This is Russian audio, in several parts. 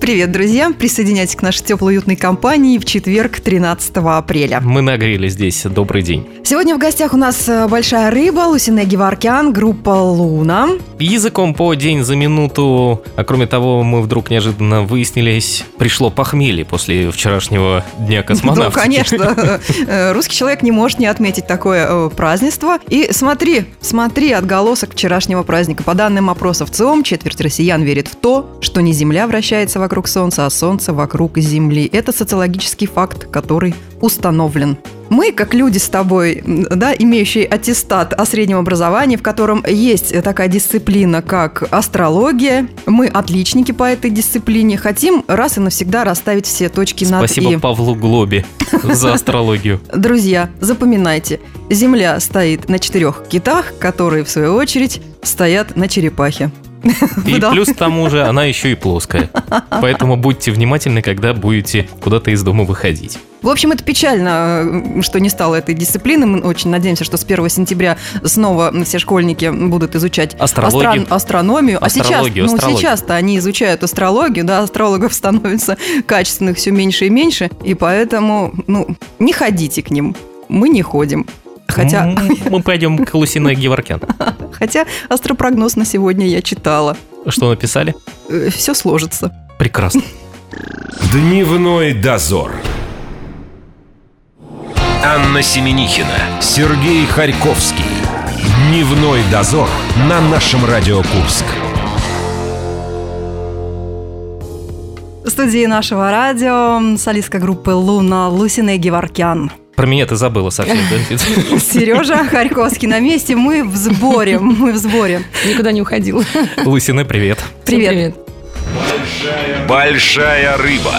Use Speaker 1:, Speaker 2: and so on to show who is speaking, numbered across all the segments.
Speaker 1: Привет, друзья! Присоединяйтесь к нашей теплой уютной компании в четверг, 13 апреля.
Speaker 2: Мы нагрели здесь. Добрый день.
Speaker 1: Сегодня в гостях у нас э, «Большая рыба», Лусинеги Варкян, группа «Луна».
Speaker 2: Языком по день за минуту. А кроме того, мы вдруг неожиданно выяснились, пришло похмелье после вчерашнего дня
Speaker 1: Ну,
Speaker 2: космонавтики.
Speaker 1: конечно, э, русский человек не может не отметить такое э, празднество. И смотри, смотри отголосок вчерашнего праздника. По данным опросов ЦИОМ, четверть россиян верит в то, что не Земля вращается вокруг Солнца, а Солнце вокруг Земли. Это социологический факт, который установлен. Мы, как люди с тобой, м, да, имеющие аттестат о среднем образовании, в котором есть э, такая дисциплина, как астрология, мы отличники по этой дисциплине, хотим раз и навсегда расставить все точки над «и».
Speaker 2: Спасибо Павлу Глобе за астрологию.
Speaker 1: Друзья, запоминайте, Земля стоит на четырех китах, которые, в свою очередь, стоят на черепахе.
Speaker 2: И
Speaker 1: Ну Да.
Speaker 2: плюс к тому же она еще и плоская. Поэтому будьте внимательны, когда будете куда-то из дома выходить.
Speaker 1: В общем, это печально, э, что не стало этой дисциплины. Мы очень надеемся, что с 1 сентября снова все школьники будут изучать
Speaker 2: Астрологию.
Speaker 1: астрон- астрономию. А сейчас,
Speaker 2: Астрологию,
Speaker 1: ну,
Speaker 2: астрологию.
Speaker 1: сейчас-то они изучают астрологию, да, астрологов становится качественных все меньше и меньше, и поэтому, ну, не ходите к ним. Мы не ходим. Хотя
Speaker 2: М, Мы пойдем к Лусиной Геворкян.
Speaker 1: Хотя астропрогноз на сегодня я читала.
Speaker 2: Что написали?
Speaker 1: Все сложится.
Speaker 2: Прекрасно.
Speaker 3: Дневной дозор. Анна Семенихина, Сергей Харьковский. Дневной дозор на нашем Радио Курск.
Speaker 1: В студии нашего радио солистка группы «Луна» Лусина Геворкян.
Speaker 2: Про меня ты забыла совсем, да?
Speaker 1: Сережа Харьковский на месте. Мы в сборе. Мы в сборе.
Speaker 4: Никуда не уходил. Всем
Speaker 2: Лусина, привет.
Speaker 1: Привет.
Speaker 3: Большая рыба.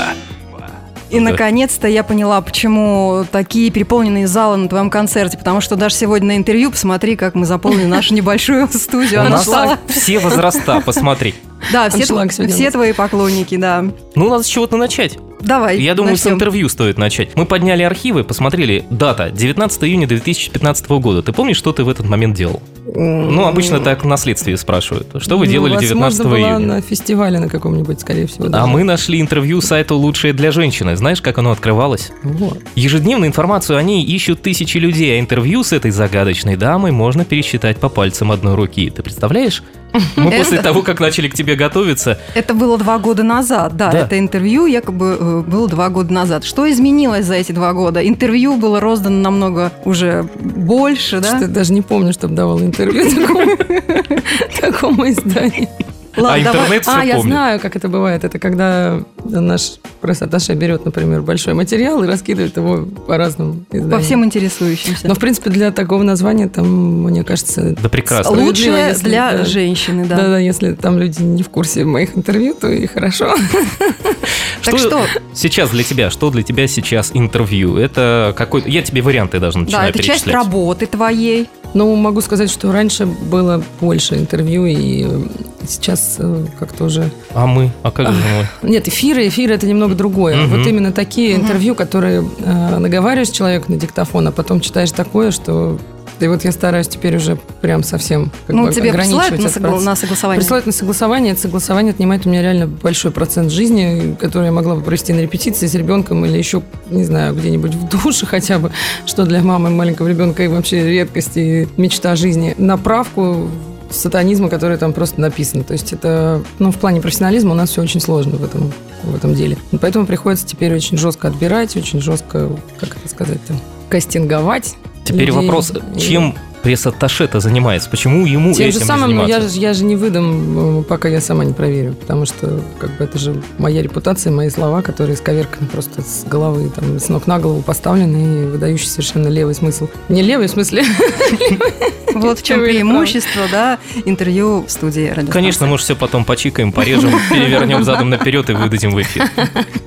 Speaker 1: И наконец-то я поняла, почему такие переполненные залы на твоем концерте. Потому что даже сегодня на интервью посмотри, как мы заполнили нашу небольшую студию.
Speaker 2: У
Speaker 1: Она
Speaker 2: нас
Speaker 1: шла.
Speaker 2: все возраста, посмотри.
Speaker 1: Да, все,
Speaker 4: Аншлаг сегодня у
Speaker 1: все
Speaker 4: нас.
Speaker 1: твои поклонники, да.
Speaker 2: Ну, надо с чего-то начать.
Speaker 4: А
Speaker 1: Давай.
Speaker 2: Я думаю, с
Speaker 1: начнем.
Speaker 2: интервью стоит начать. Мы подняли архивы, посмотрели дата 19 июня 2015 года. Ты помнишь, что ты в этот момент делал? Ну, обычно так в наследстве спрашивают. Что вы делали 19
Speaker 4: Ну, была
Speaker 2: июня?
Speaker 4: на фестивале на каком-нибудь, скорее всего.
Speaker 2: А
Speaker 4: даже.
Speaker 2: мы нашли интервью сайту «Лучшее для женщины». Знаешь, как оно открывалось?
Speaker 4: Вот.
Speaker 2: Ежедневно информацию о ней ищут тысячи людей, а интервью с этой загадочной дамой можно пересчитать по пальцам одной руки. Ты представляешь? Мы после того, как начали к тебе готовиться,
Speaker 1: Это было два года назад, да,
Speaker 2: Да.
Speaker 1: это интервью якобы э, было два года назад. Что изменилось за эти два года? Интервью было роздано намного уже больше, да?
Speaker 4: Что я даже не помню, чтобы давал интервью такому- такому изданию.
Speaker 2: а интернет все
Speaker 4: А, я
Speaker 2: помнит.
Speaker 4: знаю, как это бывает. Это когда наш пресс-атташе берет, например, большой материал и раскидывает его по разным изданиям.
Speaker 1: По всем интересующимся.
Speaker 4: Но, в принципе, для такого названия там, мне кажется...
Speaker 2: Да прекрасно.
Speaker 4: справедливо,
Speaker 1: Лучшее
Speaker 4: если-
Speaker 1: для
Speaker 4: да.
Speaker 1: женщины, да.
Speaker 4: Да-да, если там люди не в курсе моих интервью, то и хорошо.
Speaker 1: Так что,
Speaker 2: сейчас для тебя? Что для тебя сейчас интервью? Это какой? Я тебе варианты даже начинаю
Speaker 1: да, это
Speaker 2: перечислять.
Speaker 1: часть работы твоей.
Speaker 4: Ну, могу сказать, что раньше было больше интервью, и э, сейчас э, как-то уже...
Speaker 2: А мы? А как же мы?
Speaker 4: Нет, эфиры, эфиры – это немного другое.
Speaker 2: Мгм.
Speaker 4: Вот именно такие интервью, которые э, наговариваешь человеку на диктофон, а потом читаешь такое, что... И вот я стараюсь теперь уже прям совсем как
Speaker 1: ну,
Speaker 4: бы,
Speaker 1: тебе присылают
Speaker 4: ограничивать
Speaker 1: на,
Speaker 4: этот
Speaker 1: согла-
Speaker 4: процесс.
Speaker 1: на согласование.
Speaker 4: Присылают на согласование, это согласование отнимает у меня реально большой процент жизни, который я могла бы провести на репетиции с ребенком или еще, не знаю, где-нибудь в душе хотя бы, что для мамы маленького ребенка и вообще редкость и мечта жизни. Направку сатанизма, который там просто написан. То есть это, ну, в плане профессионализма у нас все очень сложно в этом, в этом деле. И Поэтому приходится теперь очень жестко отбирать, очень жестко, как это сказать-то, кастинговать.
Speaker 2: Теперь
Speaker 4: людей.
Speaker 2: вопрос:
Speaker 4: И-
Speaker 2: чем пресс-атташе-то занимается? Почему ему
Speaker 4: тем
Speaker 2: этим
Speaker 4: же
Speaker 2: не
Speaker 4: самым, но я
Speaker 2: заниматься?
Speaker 4: же, я же не выдам, э, пока я сама не проверю, потому что как бы это же моя репутация, мои слова, которые сковерканы просто с головы, там, с ног на голову поставлены и выдающий совершенно левый смысл. Не левый в смысле,
Speaker 1: Вот в чем
Speaker 4: Ничего или
Speaker 1: преимущество, да, интервью в студии радио.
Speaker 2: Конечно, мы же все потом почикаем, порежем, перевернем задом наперед и выдадим в эфир.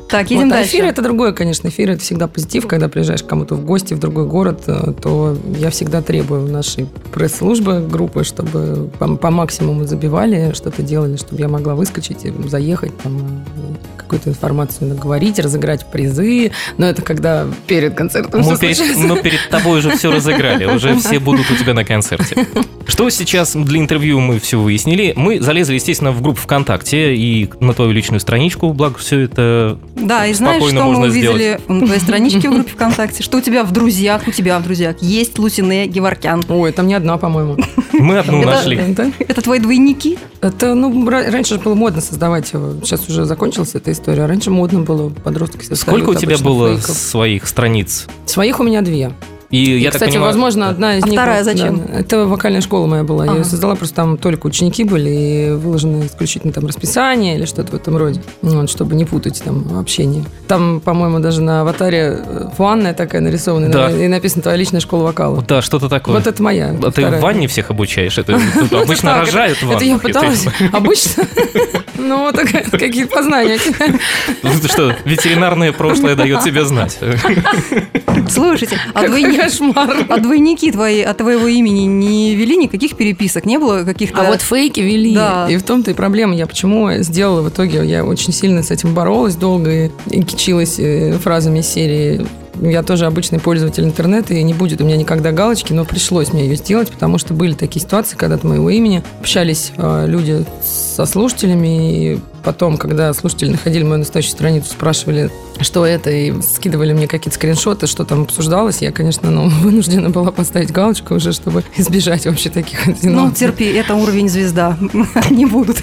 Speaker 1: Так, едем
Speaker 4: Вот, а
Speaker 1: дальше.
Speaker 4: Эфир это другое, конечно. Эфир это всегда позитив. Когда приезжаешь к кому-то в гости в другой город, э, то я всегда требую наш нашей пресс-службы группы, чтобы по, по максимуму забивали, что-то делали, чтобы я могла выскочить и заехать, там, и какую-то информацию наговорить, разыграть призы. Но это когда перед концертом
Speaker 2: Мы
Speaker 4: всё
Speaker 2: перед,
Speaker 4: случается.
Speaker 2: мы перед тобой уже все разыграли, уже все будут у тебя на концерте. Что сейчас для интервью мы все выяснили. Мы залезли, естественно, в группу ВКонтакте и на твою личную страничку, благо все это...
Speaker 1: Да, и знаешь,
Speaker 2: Спокойно
Speaker 1: что мы
Speaker 2: можно
Speaker 1: увидели на твоей страничке в группе ВКонтакте? Что у тебя в друзьях, у тебя в друзьях есть Лусине Геворкян.
Speaker 4: Ой, там не одна, по-моему.
Speaker 2: Мы одну
Speaker 4: Это-
Speaker 2: Ну, нашли.
Speaker 4: это-
Speaker 1: Это твои двойники?
Speaker 4: Это, ну, ра- раньше же было модно создавать его. Сейчас уже закончилась эта история. Раньше модно было подростки создают
Speaker 2: Сколько у тебя
Speaker 4: обычно
Speaker 2: было
Speaker 4: фейков.
Speaker 2: своих страниц?
Speaker 4: Своих у меня две.
Speaker 2: И, я так
Speaker 4: кстати,
Speaker 2: понимаю, э,
Speaker 4: возможно, одна из
Speaker 1: А
Speaker 4: них...
Speaker 1: вторая
Speaker 4: да,
Speaker 1: зачем?
Speaker 4: это вокальная школа моя была. Я ее
Speaker 1: Ага.
Speaker 4: создала, просто там только ученики были, и выложено исключительно там расписание или что-то в этом роде, Ну, вот, чтобы не путать там общение. Там, по-моему, даже на аватаре э, ванная такая нарисована, и
Speaker 2: Да.
Speaker 4: на- и написано «Твоя личная школа вокала».
Speaker 2: Да, что-то такое.
Speaker 4: Вот это моя.
Speaker 2: А ты в
Speaker 4: вторая.
Speaker 2: ванне всех обучаешь? Это тут обычно
Speaker 4: Так, это-
Speaker 2: рожают в
Speaker 4: Это я
Speaker 2: ваннах,
Speaker 4: пыталась.
Speaker 2: если-
Speaker 4: Обычно. Ну, вот такая- какие познания.
Speaker 2: Ну, ты Что, ветеринарное прошлое дает себя знать.
Speaker 1: Слушайте, а
Speaker 4: Какой
Speaker 1: двойни-
Speaker 4: кошмар.
Speaker 1: а двойники твои от твоего имени не вели никаких переписок? Не было каких-то...
Speaker 4: А вот фейки вели.
Speaker 1: Да.
Speaker 4: И в том-то и проблема. Я почему сделала в итоге, я очень сильно с этим боролась долго и, и кичилась э, фразами из серии я тоже обычный пользователь интернета, и не будет у меня никогда галочки, но пришлось мне ее сделать, потому что были такие ситуации, когда от моего имени общались э, люди со слушателями, и потом, когда слушатели находили мою настоящую страницу, спрашивали, что это, и скидывали мне какие-то скриншоты, что там обсуждалось, я, конечно, ну, вынуждена была поставить галочку уже, чтобы избежать вообще таких
Speaker 1: Ну,
Speaker 4: одиноких.
Speaker 1: терпи, это уровень звезда. Не будут.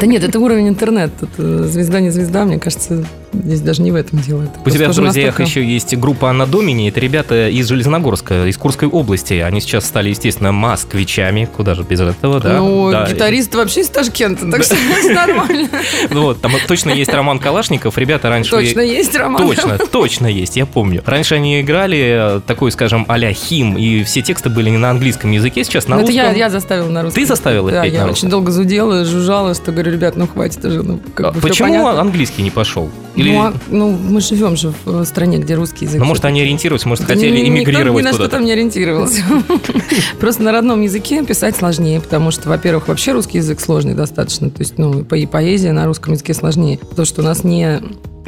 Speaker 4: Да нет, это уровень интернет. Это звезда не звезда, мне кажется, здесь даже не в этом дело. Это
Speaker 2: У тебя в
Speaker 4: просто уже
Speaker 2: друзьях
Speaker 4: настолько-
Speaker 2: еще есть группа Анадомини. Это ребята из Железногорска, из Курской области. Они сейчас стали, естественно, москвичами. Куда же без этого, да?
Speaker 4: ну,
Speaker 2: Да.
Speaker 4: гитарист вообще из Ташкента, так что нормально.
Speaker 2: Ну Вот, там точно есть Роман Калашников. Ребята раньше...
Speaker 4: Точно есть роман.
Speaker 2: Точно, точно есть, я помню. Раньше они играли э, такой, скажем, а-ля хим, и все тексты были не на английском языке, сейчас на
Speaker 4: Ну, это
Speaker 2: русском.
Speaker 4: я, я заставила на русском.
Speaker 2: Ты заставила
Speaker 4: Да,
Speaker 2: петь на
Speaker 4: я
Speaker 2: русском?
Speaker 4: очень долго зудела, жужжала, что говорю, ребят, ну хватит уже. Ну, как
Speaker 2: А
Speaker 4: бы всё
Speaker 2: Почему
Speaker 4: понятно.
Speaker 2: английский не пошел? Или,
Speaker 4: Ну,
Speaker 2: ну,
Speaker 4: а- ну, мы живем же в э, стране, где русский язык.
Speaker 2: может, они ориентировались, может, хотели
Speaker 4: Ни- Никто ни
Speaker 2: эмигрировать
Speaker 4: на что
Speaker 2: куда-то.
Speaker 4: там не ориентировался. Просто на родном языке писать сложнее, потому что, во-первых, вообще русский язык сложный достаточно. То есть, ну, по- и поэзия на русском языке сложнее. Потому что у нас не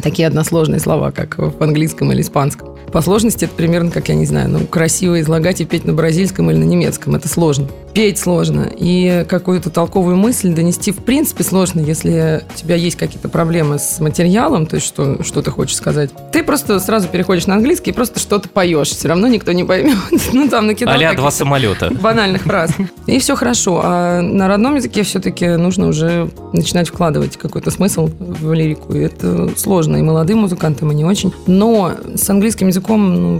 Speaker 4: такие односложные слова, как в английском или испанском. По сложности это примерно, как, я не знаю, ну, красиво излагать и петь на бразильском или на немецком. Это сложно. Петь сложно. И какую-то толковую мысль донести в принципе сложно, если у тебя есть какие-то проблемы с материалом, то есть что, что ты хочешь сказать. Ты просто сразу переходишь на английский и просто что-то поешь. Все равно никто не поймет. Ну, там накидал
Speaker 2: а два
Speaker 4: каких-то
Speaker 2: самолета.
Speaker 4: банальных фраз. И все хорошо. А на родном языке все-таки нужно уже начинать вкладывать какой-то смысл в лирику. И это сложно. И молодым музыкантам, и не очень. Но с английским языком ну,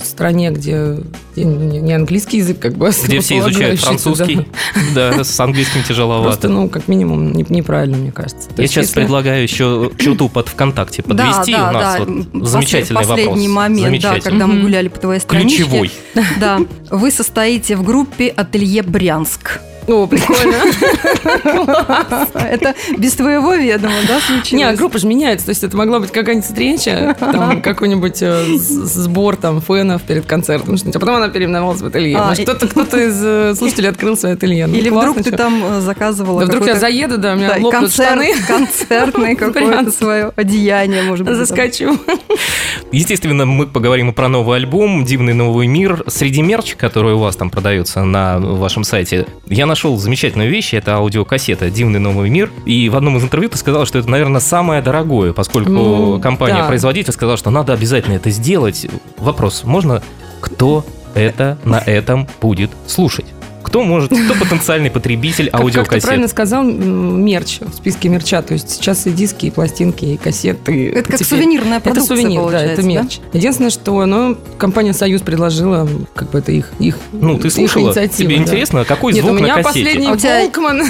Speaker 4: в стране, где, где не не английский язык, как бы
Speaker 2: Где все изучают
Speaker 4: основополагающийся,
Speaker 2: французский,
Speaker 4: да.
Speaker 2: да, с английским
Speaker 4: Просто,
Speaker 2: тяжеловато.
Speaker 4: ну, как минимум, не- неправильно, мне кажется. То
Speaker 2: Я
Speaker 4: есть,
Speaker 2: сейчас
Speaker 4: если-
Speaker 2: предлагаю еще черту под ВКонтакте подвести.
Speaker 1: Да, да,
Speaker 2: У нас
Speaker 1: да.
Speaker 2: вот
Speaker 1: Послед-
Speaker 2: замечательный вопрос.
Speaker 1: Последний момент, да,
Speaker 2: Замечательный.
Speaker 1: когда мы
Speaker 4: Мгм.
Speaker 1: гуляли по твоей страничке.
Speaker 2: Ключевой.
Speaker 1: Да. Вы состоите в группе «Ателье Брянск».
Speaker 4: О, прикольно.
Speaker 1: Это без твоего ведома, да,
Speaker 4: Не, а
Speaker 1: случилось?
Speaker 4: группа же меняется, то есть это могла быть какая-нибудь встреча, там какой-нибудь э, с- сбор там фенов перед концертом, что-нибудь. а потом она переименовалась в ателье.
Speaker 1: А,
Speaker 4: Ну,
Speaker 1: и-
Speaker 4: Что-то кто-то из э, слушателей открыл свое ателье. Ну,
Speaker 1: Или
Speaker 4: классно,
Speaker 1: вдруг ты
Speaker 4: чё.
Speaker 1: там э, заказывала
Speaker 4: Да вдруг я
Speaker 1: какой-то-
Speaker 4: заеду, да, у меня
Speaker 1: Да, и
Speaker 4: лопнут
Speaker 1: концерт,
Speaker 4: штаны,
Speaker 1: концертное какое-то
Speaker 4: Брянск.
Speaker 1: свое одеяние, может быть.
Speaker 4: заскочу.
Speaker 2: Естественно, мы поговорим и про новый альбом «Дивный новый мир». Среди мерч, который у вас там продается на вашем сайте, я нашел замечательную вещь. Это аудиокассета «Дивный новый мир». И в одном из интервью ты сказала, что это, наверное, самое дорогое, поскольку
Speaker 4: Ну, да.
Speaker 2: компания-производитель сказала, что надо обязательно это сделать. Вопрос, можно, кто это на этом будет слушать? Кто может, кто потенциальный потребитель
Speaker 4: Как- Как ты правильно
Speaker 2: аудиокассет?
Speaker 4: сказал, м, мерч, в списке мерча, то есть сейчас и диски, и пластинки, и кассеты.
Speaker 1: Это как
Speaker 4: теперь-
Speaker 1: сувенирная
Speaker 4: Это
Speaker 1: продукция,
Speaker 4: сувенир, да,
Speaker 1: получается,
Speaker 4: это мерч. Единственное, что ну, компания «Союз» предложила, как бы это их, их
Speaker 2: Ну, ты
Speaker 4: их
Speaker 2: слушала,
Speaker 4: инициатива,
Speaker 2: тебе
Speaker 4: да.
Speaker 2: интересно, какой
Speaker 4: Нет, у
Speaker 2: звук на
Speaker 4: меня
Speaker 2: кассете?
Speaker 4: последний
Speaker 1: А у тебя-
Speaker 4: Волкман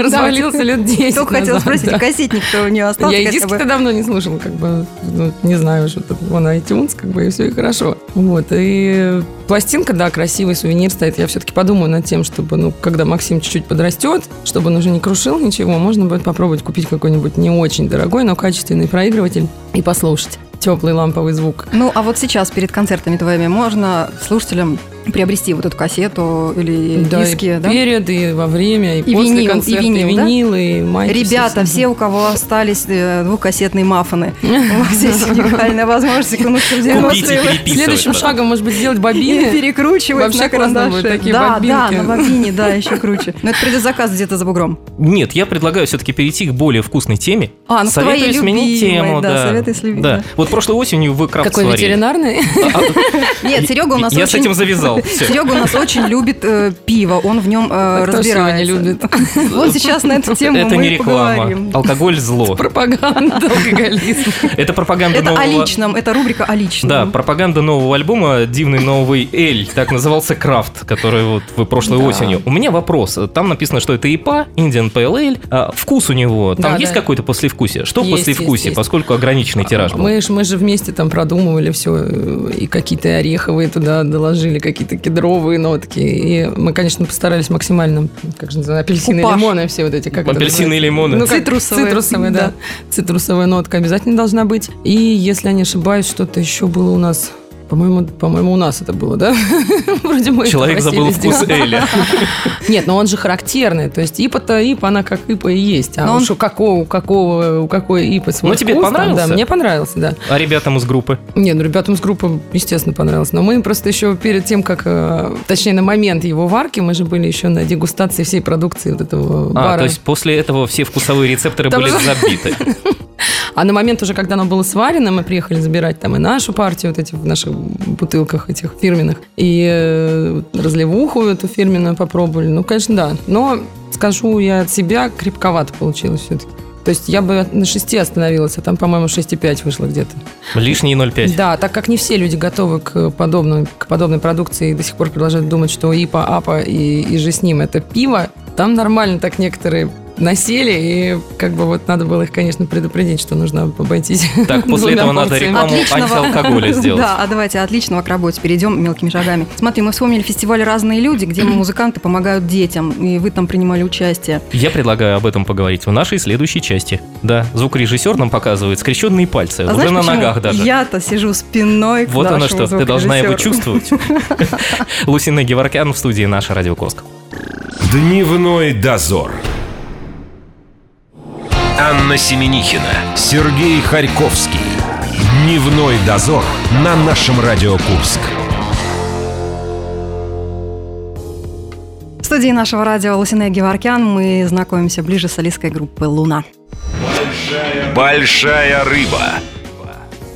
Speaker 4: развалился лет 10
Speaker 1: Только хотела
Speaker 4: назад,
Speaker 1: спросить,
Speaker 4: да.
Speaker 1: кассетник-то у нее остался?
Speaker 4: Я и
Speaker 1: как бы?
Speaker 4: диски-то давно не слушала, как бы, ну, не знаю, что там, он iTunes, как бы, и все, и хорошо. Вот, и пластинка, да, красивый сувенир стоит. Я все-таки подумаю над тем, чтобы, ну, когда Максим чуть-чуть подрастет, чтобы он уже не крушил ничего, можно будет попробовать купить какой-нибудь не очень дорогой, но качественный проигрыватель и послушать. Теплый ламповый звук.
Speaker 1: Ну, а вот сейчас перед концертами твоими можно слушателям приобрести вот эту кассету или диски,
Speaker 4: и перед, и во время, и,
Speaker 1: И
Speaker 4: после
Speaker 1: винил, и
Speaker 4: концерта, и
Speaker 1: винил, да?
Speaker 4: винил, и майки.
Speaker 1: Ребята, все, у кого остались э, двухкассетные маффины, у вас есть уникальная возможность вернуться в
Speaker 2: Купить и
Speaker 1: 90-е.
Speaker 2: переписывать.
Speaker 4: Следующим
Speaker 2: да.
Speaker 4: шагом может быть сделать
Speaker 1: И
Speaker 4: бобины.
Speaker 1: перекручивать
Speaker 4: Вообще
Speaker 1: на
Speaker 4: классно
Speaker 1: карандаше.
Speaker 4: будут такие
Speaker 1: да, да,
Speaker 4: бобинки.
Speaker 1: на бобине, да, еще круче. Но это предзаказ где-то за бугром.
Speaker 2: Нет, я предлагаю все-таки перейти к более вкусной теме.
Speaker 1: А, ну, к
Speaker 2: советую
Speaker 1: твоей
Speaker 2: сменить
Speaker 1: любимой,
Speaker 2: тему,
Speaker 1: да,
Speaker 2: да.
Speaker 1: советую с любимой.
Speaker 2: Да. Вот прошлой осенью вы крафт
Speaker 4: Какой
Speaker 2: сварили.
Speaker 4: ветеринарный?
Speaker 1: Нет, Серега у нас
Speaker 2: Я с
Speaker 1: очень...
Speaker 2: этим завязал. Всё.
Speaker 1: Серега у нас очень любит э, пиво, он в нем э,
Speaker 4: А Кто ж его не
Speaker 1: разбирается.
Speaker 4: любит?
Speaker 1: Вот сейчас на эту тему
Speaker 2: Это
Speaker 1: мы
Speaker 2: не реклама. А
Speaker 1: поговорим.
Speaker 2: Алкоголь зло.
Speaker 4: Пропаганда, алкоголизм.
Speaker 2: Это пропаганда
Speaker 1: Это
Speaker 2: нового...
Speaker 1: о личном, это рубрика о личном.
Speaker 2: Да, пропаганда нового альбома «Дивный новый Эль», так назывался крафт, который вот вы прошлой
Speaker 4: Да.
Speaker 2: осенью. У меня вопрос. Там написано, что это ИПА, Indian Pale Ale. А вкус у него, там
Speaker 4: Да,
Speaker 2: есть
Speaker 4: да.
Speaker 2: какой-то послевкусие? Что
Speaker 4: Есть, есть,
Speaker 2: послевкусие,
Speaker 4: есть.
Speaker 2: поскольку ограниченный
Speaker 1: А,
Speaker 2: тираж был?
Speaker 4: Мы же, мы же вместе там продумывали все, и какие-то ореховые туда доложили, какие-то кедровые нотки. И мы, конечно, постарались максимально, как же называется, апельсины, и
Speaker 1: Купаж.
Speaker 4: лимоны все вот эти. Как это
Speaker 2: Апельсины и
Speaker 4: называется?
Speaker 2: лимоны.
Speaker 4: Ну, как
Speaker 1: Цитрусовые.
Speaker 4: Цитрусовые, да.
Speaker 1: Да.
Speaker 4: Цитрусовая нотка обязательно должна быть. И, если я не ошибаюсь, что-то еще было у нас... По-моему, по-моему, у нас это было, да? Вроде мы это
Speaker 2: Человек забыл
Speaker 4: просили
Speaker 2: вкус
Speaker 4: сделать.
Speaker 2: Эля.
Speaker 4: Нет, но он же характерный. То есть ипа-то ип, она как ипа и есть. А
Speaker 1: Но он-
Speaker 4: уж у какого, у какого, у какой ипа свой
Speaker 2: Ну, тебе
Speaker 4: вкус там,
Speaker 2: понравился?
Speaker 4: да, мне понравился, да.
Speaker 2: А ребятам из группы?
Speaker 4: Не, ну ребятам с группы, естественно, понравилось. Но мы им просто еще перед тем, как... э, Точнее, на момент его варки, мы же были еще на дегустации всей продукции вот этого бара.
Speaker 2: А, то есть после этого все вкусовые рецепторы
Speaker 4: Там
Speaker 2: были
Speaker 4: же-
Speaker 2: забиты.
Speaker 4: А на момент уже, когда оно было сварено, мы приехали забирать там и нашу партию вот эти в наших бутылках этих фирменных, и э, разливуху эту фирменную попробовали. Ну, конечно, да. Но, скажу я от себя, крепковато получилось все-таки. То есть я бы на 6 остановилась, а там, по-моему, 6,5 вышло где-то.
Speaker 2: Лишние 0,5.
Speaker 4: Да, так как не все люди готовы к подобной, к подобной продукции и до сих пор продолжают думать, что ИПА, АПА и, и же с ним это пиво, там нормально так некоторые насели, и как бы вот надо было их, конечно, предупредить, что нужно обойтись.
Speaker 2: Так, после
Speaker 4: двумя
Speaker 2: этого надо
Speaker 4: порциями.
Speaker 2: рекламу антиалкоголя сделать.
Speaker 1: Да, а давайте отличного к работе перейдем мелкими шагами. Смотри, мы вспомнили фестиваль «Разные люди», где музыканты помогают детям, и вы там принимали участие.
Speaker 2: Я предлагаю об этом поговорить в нашей следующей части. Да, звукорежиссер нам показывает скрещенные пальцы,
Speaker 1: А
Speaker 2: уже
Speaker 1: знаешь,
Speaker 2: на
Speaker 1: почему?
Speaker 2: ногах даже.
Speaker 1: Я-то сижу спиной к
Speaker 2: Вот оно
Speaker 1: нашему
Speaker 2: что, ты должна его
Speaker 1: звукорежиссеру.
Speaker 2: чувствовать. Лусина Геворкян в студии «Наша Радио Курск».
Speaker 3: Дневной дозор. Анна Семенихина, Сергей Харьковский. Дневной дозор на нашем Радио Курск.
Speaker 1: В студии нашего радио Лусине Геворкян мы знакомимся ближе с солисткой группы «Луна».
Speaker 3: Большая рыба.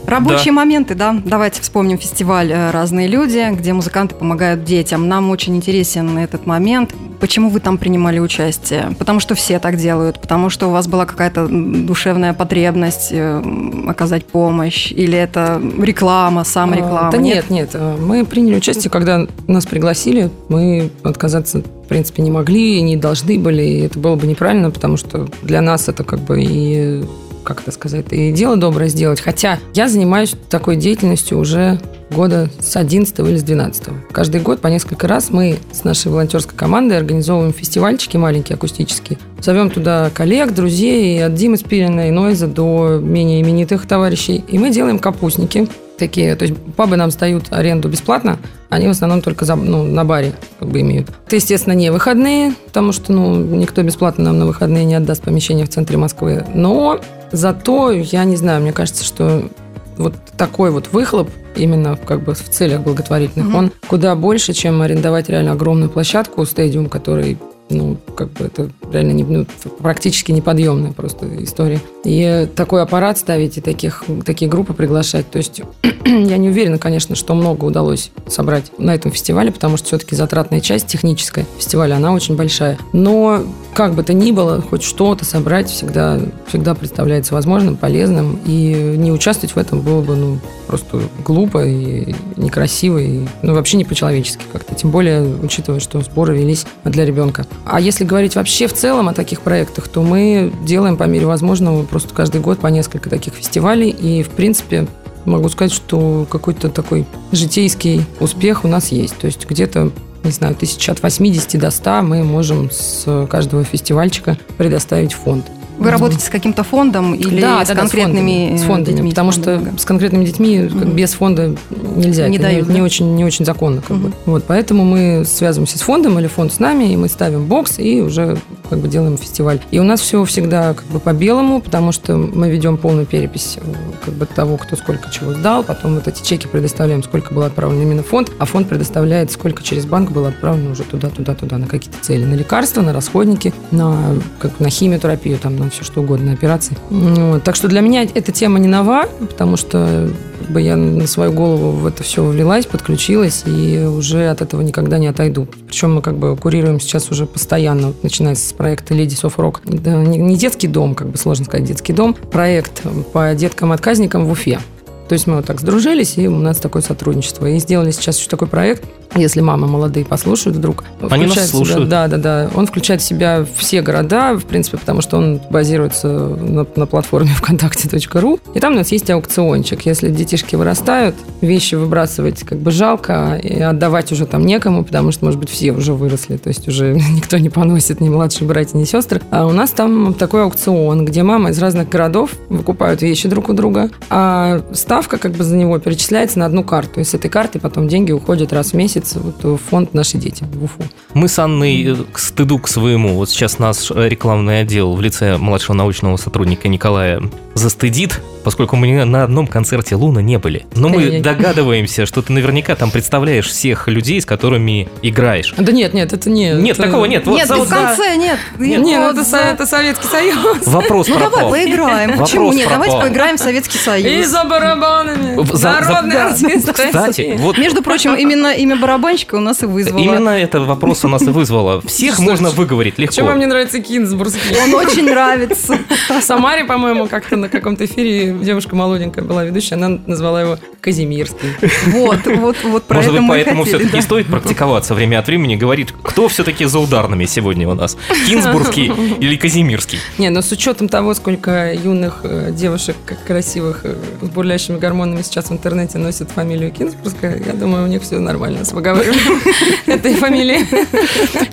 Speaker 1: Рабочие
Speaker 2: Да.
Speaker 1: моменты, да. Давайте вспомним фестиваль э, «Разные люди», где музыканты помогают детям. Нам очень интересен этот момент. Почему вы там принимали участие? Потому что все так делают, потому что у вас была какая-то м, душевная потребность э, м, оказать помощь, или это реклама, самореклама?
Speaker 4: А, Да нет, нет. а, Мы приняли участие, когда нас пригласили. Мы отказаться, в принципе, не могли, не должны были. И это было бы неправильно, потому что для нас это как бы и как это сказать, и дело доброе сделать. Хотя я занимаюсь такой деятельностью уже года с 11 или с 12. Каждый год по несколько раз мы с нашей волонтерской командой организовываем фестивальчики маленькие, акустические. Зовем туда коллег, друзей, от Димы Спирина и Нойза до менее именитых товарищей. И мы делаем капустники такие. То есть пабы нам сдают аренду бесплатно, они в основном только за- ну, на баре как бы имеют. Это, естественно, не выходные, потому что ну, никто бесплатно нам на выходные не отдаст помещение в центре Москвы. Но зато, я не знаю, мне кажется, что вот такой вот выхлоп именно как бы в целях благотворительных,
Speaker 1: Мгм.
Speaker 4: он куда больше, чем арендовать реально огромную площадку, стадиум, который ну, как бы это реально не- ну, практически неподъемная просто история. И такой аппарат ставить, и таких, такие группы приглашать. То есть я не уверена, конечно, что много удалось собрать на этом фестивале, потому что все-таки затратная часть техническая фестиваля, она очень большая. Но как бы то ни было, хоть что-то собрать всегда, всегда представляется возможным, полезным. И не участвовать в этом было бы ну, просто глупо и некрасиво, и ну, вообще не по-человечески как-то. Тем более, учитывая, что сборы велись для ребенка. А если говорить вообще в целом о таких проектах, то мы делаем по мере возможного просто каждый год по несколько таких фестивалей. И, в принципе, могу сказать, что какой-то такой житейский успех у нас есть. То есть где-то не знаю, тысяч от 80 до 100 мы можем с каждого фестивальчика предоставить фонд.
Speaker 5: Вы работаете с каким-то фондом или
Speaker 4: да,
Speaker 5: с
Speaker 4: да, да,
Speaker 5: конкретными э,
Speaker 1: э,
Speaker 4: фондами, с фондами,
Speaker 5: детьми?
Speaker 4: потому что
Speaker 5: Много.
Speaker 4: с конкретными детьми как,
Speaker 5: Мгм.
Speaker 4: без фонда нельзя,
Speaker 5: Не
Speaker 4: это
Speaker 5: дают,
Speaker 4: не
Speaker 5: да?
Speaker 4: очень, не очень законно, как бы.
Speaker 5: Мгм.
Speaker 4: Вот, поэтому мы связываемся с фондом или фонд с нами и мы ставим бокс и уже как бы делаем фестиваль. И у нас все всегда как бы по белому, потому что мы ведем полную перепись э, как бы того, кто сколько чего сдал, потом вот эти чеки предоставляем, сколько было отправлено именно в фонд, а фонд предоставляет, сколько через банк было отправлено уже туда, туда, туда на какие-то цели, на лекарства, на расходники, на как на химиотерапию, там на все что угодно, на операции. М, вот. Так что для меня эта тема не нова, потому что как бы я на свою голову в это все влилась, подключилась и уже от этого никогда не отойду. Причем мы как бы курируем сейчас уже постоянно, вот, начиная с проекта Ladies of Rock. Да, не, не детский дом, как бы сложно сказать, детский дом, проект по деткам-отказникам в Уфе. То есть мы вот так сдружились, и у нас такое сотрудничество. И сделали сейчас еще такой проект, если мамы молодые послушают вдруг.
Speaker 2: Они нас
Speaker 4: включает в себя-
Speaker 2: слушают.
Speaker 4: да, да, да. Он включает в себя все города, в принципе, потому что он базируется на, на платформе ВКонтакте.ру. И там у нас есть аукциончик. Если детишки вырастают, вещи выбрасывать как бы жалко, и отдавать уже там некому, потому что, может быть, все уже выросли, то есть уже никто не поносит, ни младшие братья, ни сестры. А у нас там такой аукцион, где мамы из разных городов выкупают вещи друг у друга, а ставка как бы за него перечисляется на одну карту. И с этой карты потом деньги уходят раз в месяц вот в фонд «Наши дети» в Уфу.
Speaker 2: Мы с Анной э, к стыду к своему, вот сейчас наш э, рекламный отдел в лице младшего научного сотрудника Николая застыдит, поскольку мы на одном концерте Луна не были. Но мы
Speaker 4: Ай-яй.
Speaker 2: догадываемся, что ты наверняка там представляешь всех людей, с которыми играешь.
Speaker 4: Да нет, нет, это не...
Speaker 2: Нет,
Speaker 4: это-
Speaker 2: такого нет. Вот
Speaker 1: Э, Нет,
Speaker 2: за-
Speaker 1: ты
Speaker 2: вот
Speaker 1: в конце, нет.
Speaker 4: Не,
Speaker 1: И
Speaker 4: ну
Speaker 1: вот
Speaker 4: это,
Speaker 1: за-
Speaker 4: со- это Советский Союз.
Speaker 2: Вопрос
Speaker 1: Ну давай
Speaker 2: пропал.
Speaker 1: поиграем.
Speaker 2: Вопрос
Speaker 1: Почему нет? Давайте
Speaker 2: пропал.
Speaker 1: поиграем в Советский
Speaker 4: И
Speaker 1: Союз.
Speaker 4: за барабанами.
Speaker 2: В- за- за-
Speaker 4: Народные
Speaker 2: да.
Speaker 4: артисты.
Speaker 2: Кстати, вот
Speaker 1: Между прочим, именно имя барабанщика у нас и вызвало.
Speaker 2: именно это вопрос у нас и вызвало. Всех
Speaker 4: Что
Speaker 2: можно
Speaker 4: ж,
Speaker 2: выговорить легко.
Speaker 4: Чем вам не нравится Кинзбургский?
Speaker 1: Он очень нравится.
Speaker 4: В Самаре, по-моему, как-то на каком-то эфире девушка молоденькая была ведущая, она назвала его Казимирский.
Speaker 1: Вот, вот, вот про
Speaker 2: Может
Speaker 1: это
Speaker 2: быть,
Speaker 1: мы и
Speaker 2: поэтому
Speaker 1: хотели,
Speaker 2: все-таки
Speaker 1: да.
Speaker 2: стоит практиковаться время от времени, говорить, кто все-таки за ударными сегодня у нас, Кинсбургский или Казимирский.
Speaker 4: Не, но с учетом того, сколько юных э, девушек как красивых э, с бурлящими гормонами сейчас в интернете носят фамилию Кинзбургская, я думаю, у них все нормально с выговариванием этой фамилии.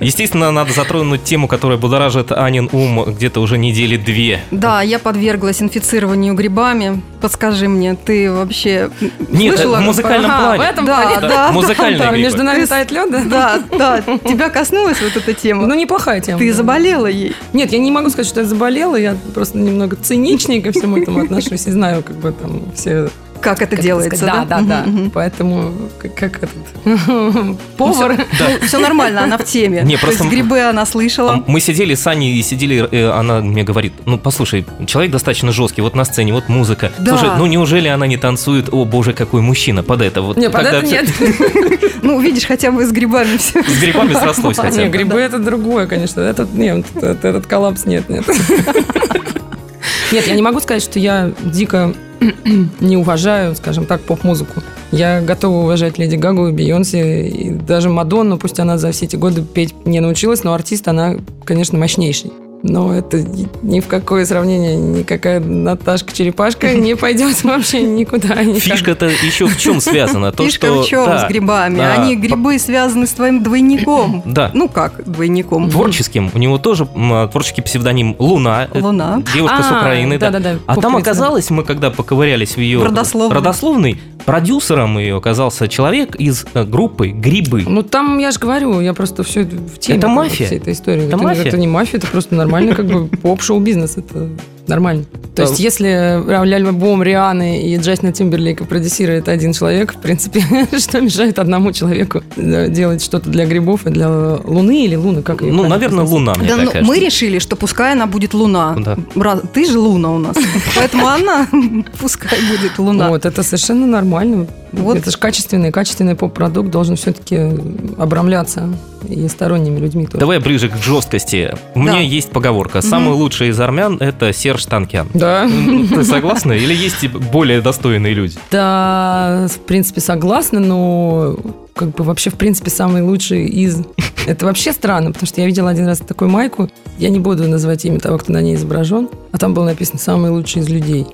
Speaker 2: Естественно, надо затронуть тему, которая будоражит Анин ум где-то уже недели две.
Speaker 1: Да, я подверглась инфицированию грибами. Подскажи мне, ты вообще
Speaker 2: Нет,
Speaker 1: слышала?
Speaker 2: в музыкальном
Speaker 4: А,
Speaker 2: плане.
Speaker 4: в этом
Speaker 1: Да,
Speaker 4: плане.
Speaker 1: да,
Speaker 2: Да,
Speaker 1: да.
Speaker 2: музыкальные
Speaker 4: Там
Speaker 2: грибы.
Speaker 4: между нами тает лед, да?
Speaker 1: Да, да, тебя коснулась вот эта
Speaker 4: Ну,
Speaker 1: тема.
Speaker 4: неплохая тема.
Speaker 1: Ты
Speaker 4: да.
Speaker 1: заболела ей.
Speaker 4: Нет, я не могу сказать, что я заболела, я просто немного циничнее ко всему этому отношусь и знаю, как бы там все...
Speaker 1: Как это
Speaker 4: как
Speaker 1: делается,
Speaker 4: сказать, Да, да,
Speaker 1: Мгм,
Speaker 4: да.
Speaker 1: мгм.
Speaker 4: Поэтому как, как этот повар...
Speaker 1: Ну, Все нормально, она в теме.
Speaker 2: Не,
Speaker 1: То
Speaker 2: просто-
Speaker 1: есть грибы она слышала.
Speaker 2: а Мы сидели с Аней и сидели, э, она мне говорит, ну послушай, человек достаточно жесткий, вот на сцене, вот музыка.
Speaker 1: Да.
Speaker 2: Слушай, ну неужели она не танцует? О боже, какой мужчина под это. Вот
Speaker 4: Не, под
Speaker 2: когда
Speaker 4: это
Speaker 2: всё-
Speaker 4: нет.
Speaker 1: Ну, видишь, хотя бы с грибами все.
Speaker 2: С грибами срослось
Speaker 4: А,
Speaker 2: хотя
Speaker 4: Не,
Speaker 2: бы.
Speaker 4: грибы это другое, конечно. Этот, нет, этот, этот коллапс нет, нет. Нет, я не могу сказать, что я дико не уважаю, скажем так, поп-музыку. Я готова уважать Леди Гагу и Бейонсе, и даже Мадонну, пусть она за все эти годы петь не научилась, но артист она, конечно, мощнейший. Но это ни- ни в какое сравнение, никакая Наташка-черепашка не пойдет вообще никуда. никак.
Speaker 2: Фишка-то еще в чем связана? То,
Speaker 1: Фишка
Speaker 2: что-
Speaker 1: а в чем
Speaker 2: да,
Speaker 1: с грибами?
Speaker 2: да,
Speaker 1: Они,
Speaker 2: по-
Speaker 1: грибы, связаны с твоим двойником.
Speaker 2: Да.
Speaker 1: Ну как двойником?
Speaker 2: Творческим. У него тоже м, творческий псевдоним Луна. Э,
Speaker 1: Луна.
Speaker 2: Девушка с
Speaker 4: А,
Speaker 2: Украины. Да.
Speaker 4: Да-да-да.
Speaker 2: А там
Speaker 4: поп-певица.
Speaker 2: оказалось, мы когда поковырялись в ее
Speaker 1: В родословной.
Speaker 2: родословной, продюсером ее оказался человек из э, группы Грибы.
Speaker 4: Ну там я же говорю, я просто все в теме.
Speaker 2: Это
Speaker 4: как бы,
Speaker 2: мафия.
Speaker 4: всей этой истории.
Speaker 2: Это
Speaker 4: Это, не-
Speaker 2: мафия.
Speaker 4: это не мафия, это просто нормально, как бы поп-шоу-бизнес. Это нормально. То есть, если альбом Рианы и Джастина Тимберлейка продюсирует один человек, в принципе, что мешает одному человеку э, делать что-то для грибов и для Луны или Луны, как её
Speaker 2: Ну,
Speaker 4: правильно
Speaker 2: наверное,
Speaker 4: произносить?
Speaker 2: Луна, мне
Speaker 1: Да,
Speaker 2: так
Speaker 1: ну,
Speaker 2: кажется.
Speaker 1: мы решили, что пускай она будет луна.
Speaker 2: Да.
Speaker 1: Раз- Ты же луна у нас. Поэтому она пускай будет луна.
Speaker 4: Вот, это совершенно нормально.
Speaker 1: Вот.
Speaker 4: Это же качественный, качественный поп-продукт должен все-таки обрамляться и сторонними людьми тоже.
Speaker 2: Давай ближе к жесткости. У
Speaker 1: Да.
Speaker 2: меня есть поговорка. Самый лучший из армян – это Серж Танкян.
Speaker 4: Да.
Speaker 2: Ну, Ты согласна? Или есть и более достойные люди?
Speaker 4: Да, в принципе, согласна, но как бы вообще, в принципе, самый лучший из... Это вообще странно, потому что я видела один раз такую майку. Я не буду называть имя того, кто на ней изображен, а там было написано «самый лучший из людей».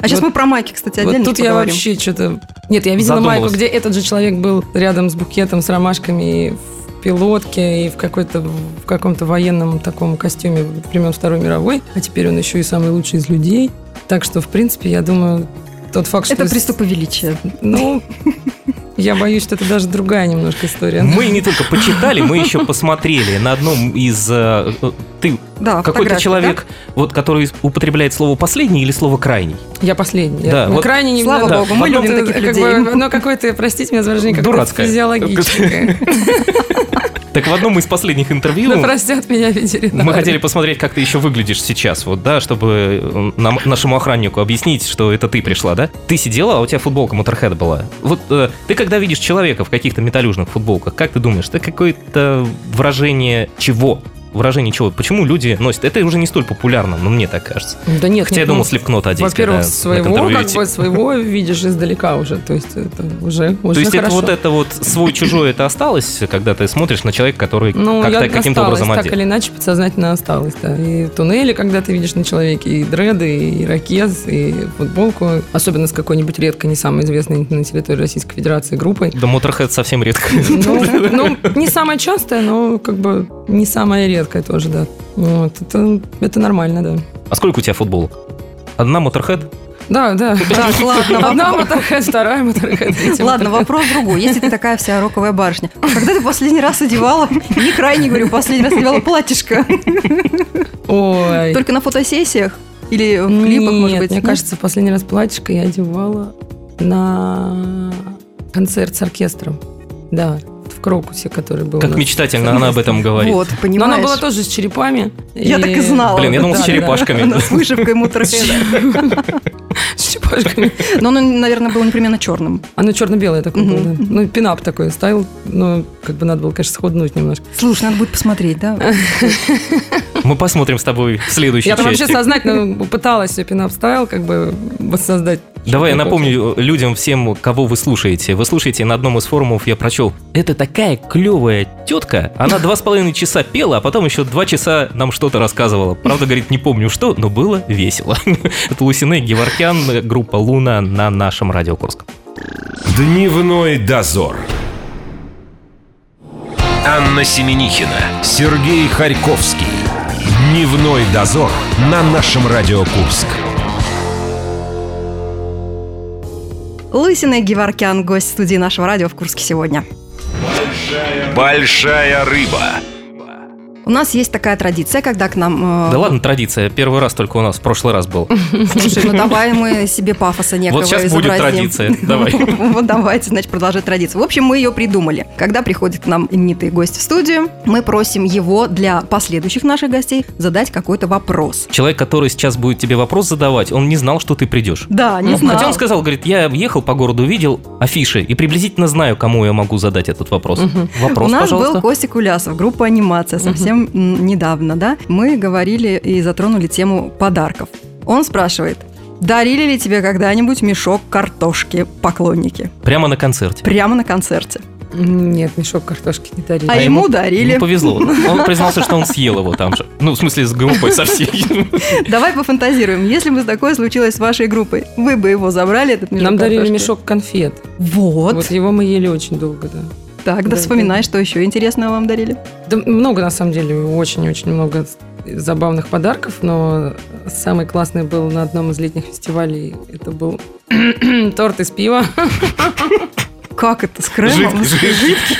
Speaker 1: А сейчас
Speaker 4: вот-
Speaker 1: мы про майки, кстати,
Speaker 4: Вот
Speaker 1: отдельно
Speaker 4: тут я
Speaker 1: поговорим.
Speaker 4: вообще что-то... Нет, я видела
Speaker 2: Задумалась.
Speaker 4: майку, где этот же человек был рядом с букетом, с ромашками и в пилотке и в, какой-то, в каком-то военном таком костюме времен Второй мировой, а теперь он еще и самый лучший из людей. Так что, в принципе, я думаю, тот факт,
Speaker 1: Это
Speaker 4: что...
Speaker 1: приступы величия.
Speaker 4: Ну, я боюсь, что это даже другая немножко история.
Speaker 2: Мы не только почитали, мы еще посмотрели на одном из... э, э, Ты
Speaker 1: Да,
Speaker 2: какой-то
Speaker 1: фотографии,
Speaker 2: человек, вот который употребляет слово «последний» или слово «крайний».
Speaker 4: Я последняя.
Speaker 2: Да,
Speaker 4: Ну,
Speaker 2: вот-
Speaker 4: крайне не
Speaker 1: Слава
Speaker 4: надо.
Speaker 1: богу, мы
Speaker 4: Потом
Speaker 1: любим
Speaker 4: это
Speaker 1: таких
Speaker 4: как
Speaker 1: людей.
Speaker 4: бы, оно какое-то, простите меня за выражение, какое-то
Speaker 2: Дурацкое.
Speaker 4: физиологическое.
Speaker 2: Так в одном из последних интервью...
Speaker 4: Да простят меня ветеринары.
Speaker 2: Ну. Мы хотели посмотреть, как ты еще выглядишь сейчас, вот, да, чтобы э, нам- нашему охраннику объяснить, что это ты пришла, да? Ты сидела, а у тебя футболка Motorhead была. Вот э, ты когда видишь человека в каких-то металлюжных футболках, как ты думаешь, это какое-то выражение чего? Выражение чего? Почему люди носят? Это уже не столь популярно, но мне так кажется.
Speaker 4: Да нет,
Speaker 2: Хотя я
Speaker 4: нет,
Speaker 2: думал,
Speaker 4: ну,
Speaker 2: слепкнот одеть.
Speaker 4: Во-первых,
Speaker 2: когда на
Speaker 4: своего,
Speaker 2: контроле
Speaker 4: как
Speaker 2: идти.
Speaker 4: бы своего видишь издалека уже. То есть это уже, уже
Speaker 2: То есть это
Speaker 4: ну, хорошо.
Speaker 2: вот это вот свой-чужой это осталось, когда ты смотришь на человека, который
Speaker 4: ну,
Speaker 2: как-то-
Speaker 4: я
Speaker 2: каким-то
Speaker 4: осталась,
Speaker 2: образом
Speaker 4: так
Speaker 2: одет.
Speaker 4: или иначе подсознательно осталось, да. И туннели, когда ты видишь на человеке, и дреды, и ракез, и футболку, особенно с какой-нибудь редко не самой известной на территории Российской Федерации группой.
Speaker 2: Да, Motorhead совсем редко.
Speaker 4: Ну, ну, не самое частое, но как бы не самое редкое тоже, да. Вот, это, это нормально, да.
Speaker 2: А сколько у тебя футболок? Одна Motorhead?
Speaker 4: Да, да.
Speaker 1: Так, ладно,
Speaker 4: Одна
Speaker 1: вопрос-
Speaker 4: моторхед, вторая моторхед, третья
Speaker 1: Ладно,
Speaker 4: моторхед.
Speaker 1: вопрос другой. Если ты такая вся роковая барышня, когда ты последний раз одевала, не крайне говорю, последний раз одевала платьишко?
Speaker 4: Ой.
Speaker 1: Только на фотосессиях? Или в клипах,
Speaker 4: Нет,
Speaker 1: может быть?
Speaker 4: мне
Speaker 1: Нет?
Speaker 4: кажется, в последний раз платьишко я одевала на концерт с оркестром. Да, в Крокусе, который был. у
Speaker 2: Как
Speaker 4: нас.
Speaker 2: мечтательно она об этом говорит.
Speaker 1: Вот,
Speaker 4: Но
Speaker 1: понимаешь?
Speaker 4: она была тоже с черепами.
Speaker 1: Я
Speaker 4: и-
Speaker 1: так и знала.
Speaker 2: Блин, я думал,
Speaker 4: Да,
Speaker 2: с
Speaker 4: да,
Speaker 2: черепашками.
Speaker 1: Она с вышивкой мутерхеда.
Speaker 4: С черепашками.
Speaker 1: Но он, наверное, был непременно черным.
Speaker 4: Оно черно-белое такое
Speaker 1: Мгм.
Speaker 4: было. да. Ну, пинап такой ставил. но как бы надо было, конечно, сходнуть немножко.
Speaker 1: Слушай, надо будет посмотреть, да?
Speaker 2: Мы посмотрим с тобой в следующей
Speaker 4: Я там вообще
Speaker 2: части.
Speaker 4: сознательно пыталась себе пинап ставил, как бы воссоздать.
Speaker 2: Давай я
Speaker 4: Такое.
Speaker 2: напомню э, людям всем, кого вы слушаете. Вы слушаете на одном из форумов, я прочел. Это такая клевая тетка. Она два с половиной часа пела, а потом еще два часа нам что-то рассказывала. Правда, говорит, не помню что, но было весело. Это Лусине Геворкян, группа Луна на нашем радио Курск.
Speaker 3: Дневной дозор. Анна Семенихина, Сергей Харьковский. Дневной дозор на нашем Радио Курск.
Speaker 1: Лысина Геворкян, гость студии нашего радио в Курске сегодня.
Speaker 3: Большая рыба.
Speaker 1: У нас есть такая традиция, когда к
Speaker 4: А.
Speaker 1: нам... э,
Speaker 2: Да ладно, традиция. Первый раз только у нас, в прошлый раз был.
Speaker 1: Слушай, ну давай мы себе пафоса некого
Speaker 2: Вот сейчас будет
Speaker 1: изобразим.
Speaker 2: традиция. Давай.
Speaker 1: Вот давайте, значит, продолжать традицию. В общем, мы ее придумали. Когда приходит к нам именитый гость в студию, мы просим его для последующих наших гостей задать какой-то вопрос.
Speaker 2: Человек, который сейчас будет тебе вопрос задавать, он не знал, что ты придешь.
Speaker 1: Да, не
Speaker 2: Ну,
Speaker 1: знаю.
Speaker 2: Хотя он сказал, говорит, я ехал по городу, видел афиши и приблизительно знаю, кому я могу задать этот вопрос. Вопрос,
Speaker 1: У нас
Speaker 2: пожалуйста.
Speaker 1: был Костя Кулясов, группа «Анимация» совсем м, недавно, да? Мы говорили и затронули тему подарков. Он спрашивает, дарили ли тебе когда-нибудь мешок картошки поклонники?
Speaker 2: Прямо на концерте.
Speaker 1: Прямо на концерте.
Speaker 4: Нет, мешок картошки не дарили.
Speaker 1: А
Speaker 2: А
Speaker 1: ему
Speaker 2: ему
Speaker 1: дарили.
Speaker 2: Ну, повезло. Он признался, что он съел его там же. Ну, в смысле, с группой со всей.
Speaker 1: Давай пофантазируем. Если бы такое случилось с вашей группой, вы бы его забрали, этот мешок
Speaker 4: Нам дарили
Speaker 1: картошки?
Speaker 4: мешок конфет.
Speaker 1: Вот.
Speaker 4: Вот его мы ели очень долго, да.
Speaker 1: Так, да
Speaker 4: Да,
Speaker 1: вспоминай, что еще интересного вам дарили.
Speaker 4: Да много, на самом деле, очень-очень много забавных подарков, но самый классный был на одном из летних фестивалей. Это был торт из пива.
Speaker 1: Как это, с кремом?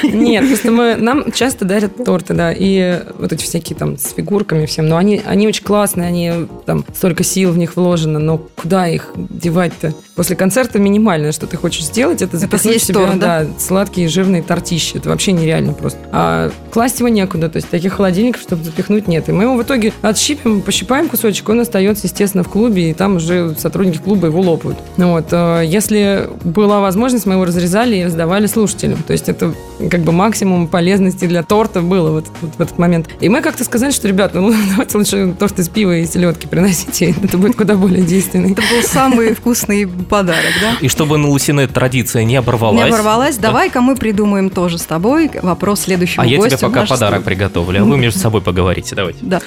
Speaker 4: Нет, просто мы, нам часто дарят торты, да, и вот эти всякие там с фигурками всем, но они, они очень классные, они там столько сил в них вложено, но куда их девать-то? После концерта минимальное, что ты хочешь сделать, это запихнуть
Speaker 1: съесть
Speaker 4: в себя,
Speaker 1: торт, да?
Speaker 4: да, А сладкие жирные тортищи, это вообще нереально просто. А класть его некуда, то есть таких холодильников, чтобы запихнуть, нет. И мы его в итоге отщипим, пощипаем кусочек, он остается, естественно, в клубе, и там уже сотрудники клуба его лопают. Ну вот, э, если была возможность, мы его разрезали и раздавали слушателям, то есть это как бы максимум полезности для торта было вот, вот в этот момент. И мы как-то сказали, что, ребят, ну давайте лучше торт из пива и селедки приносите, это будет куда более действенный.
Speaker 1: Это был самый вкусный подарок, да?
Speaker 2: И чтобы на Лусине традиция не
Speaker 1: Не
Speaker 2: оборвалась.
Speaker 1: оборвалась. Давай-ка мы придумаем тоже с тобой вопрос следующему
Speaker 2: А я
Speaker 1: гостю.
Speaker 2: тебе пока
Speaker 1: нашей
Speaker 2: подарок
Speaker 1: студии.
Speaker 2: приготовлю, а вы между собой поговорите, давайте.
Speaker 1: Да.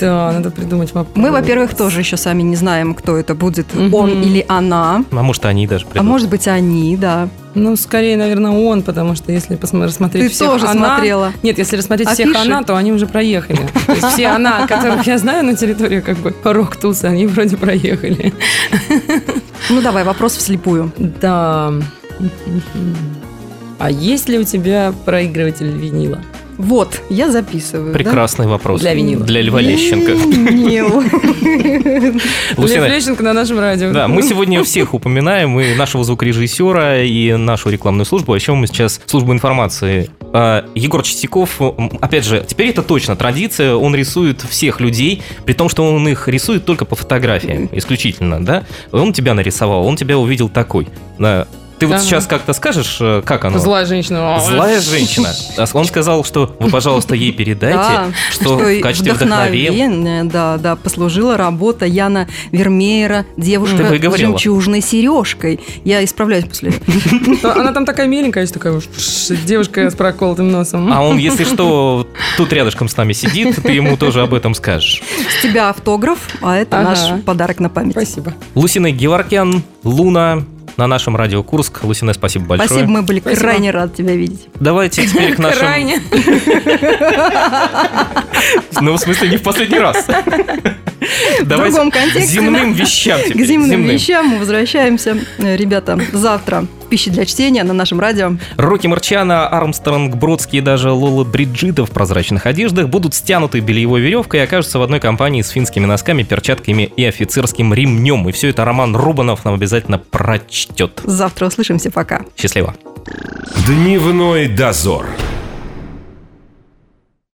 Speaker 4: Да, надо придумать вопрос.
Speaker 1: Мы, во-первых, тоже еще сами не знаем, кто это будет,
Speaker 4: Мгм.
Speaker 1: он или она.
Speaker 2: А может, они даже
Speaker 1: А
Speaker 2: придут.
Speaker 1: может быть, они, да.
Speaker 4: Ну, скорее, наверное, он, потому что если посмотри- рассмотреть
Speaker 1: Ты
Speaker 4: всех
Speaker 1: тоже
Speaker 4: она-
Speaker 1: смотрела.
Speaker 4: Нет, если рассмотреть всех
Speaker 1: Афиши?
Speaker 4: она, то они уже проехали. То есть все она, которых я знаю на территории как бы рок-туса, они вроде проехали.
Speaker 1: Ну давай, вопрос вслепую.
Speaker 4: Да. А есть ли у тебя проигрыватель винила?
Speaker 1: Вот, я записываю. да?
Speaker 2: Прекрасный вопрос.
Speaker 4: Для винила.
Speaker 2: Для Льва Лещенко.
Speaker 1: Винил.
Speaker 4: Лев
Speaker 2: Лусина,
Speaker 4: Лещенко на нашем радио.
Speaker 2: Да, мы сегодня всех упоминаем, и нашего звукорежиссера, и нашу рекламную службу, а еще мы сейчас службу информации. А, Егор Чистяков, м, опять же, теперь это точно традиция, он рисует всех людей, при том, что он их рисует только по фотографиям, исключительно, да? Он тебя нарисовал, он тебя увидел такой. Да. Ты вот
Speaker 4: Да.
Speaker 2: сейчас как-то скажешь, э, как оно?
Speaker 4: Злая женщина.
Speaker 2: Злая женщина. А Он сказал, что вы, пожалуйста, ей
Speaker 1: Да,
Speaker 2: передайте, что
Speaker 1: что
Speaker 2: в качестве вдохновения.
Speaker 1: вдохновение, да, да, послужила работа Яна Вермеера, девушка
Speaker 2: Ты
Speaker 1: с
Speaker 2: говорила.
Speaker 1: жемчужной сережкой. Я исправляюсь после.
Speaker 4: Она там такая меленькая, есть такая уж, девушка с проколотым носом.
Speaker 2: А он, если что, тут рядышком с нами сидит, ты ему тоже об этом скажешь.
Speaker 1: С тебя автограф, а это
Speaker 4: Ага.
Speaker 1: наш подарок на память.
Speaker 4: Спасибо.
Speaker 2: Лусина Геворкян, Луна на нашем радио Курск. Лусина, спасибо большое.
Speaker 1: Спасибо, мы были
Speaker 4: Спасибо.
Speaker 1: крайне рады тебя видеть.
Speaker 2: Давайте теперь к нашим...
Speaker 4: Крайне.
Speaker 2: Ну, в смысле, не в последний раз. Давайте
Speaker 1: другом контексте,
Speaker 2: к земным вещам
Speaker 1: К
Speaker 2: теперь,
Speaker 1: зимним вещам мы возвращаемся, Э, ребята, завтра. Пища для чтения на нашем радио.
Speaker 2: Рокки Марчана, Армстронг, Бродский и даже Лола Бриджита в прозрачных одеждах будут стянуты бельевой веревкой и окажутся в одной компании с финскими носками, перчатками и офицерским ремнем. И все это Роман Рубанов нам обязательно прочтет.
Speaker 1: Завтра услышимся. Пока.
Speaker 2: Счастливо.
Speaker 3: Дневной дозор.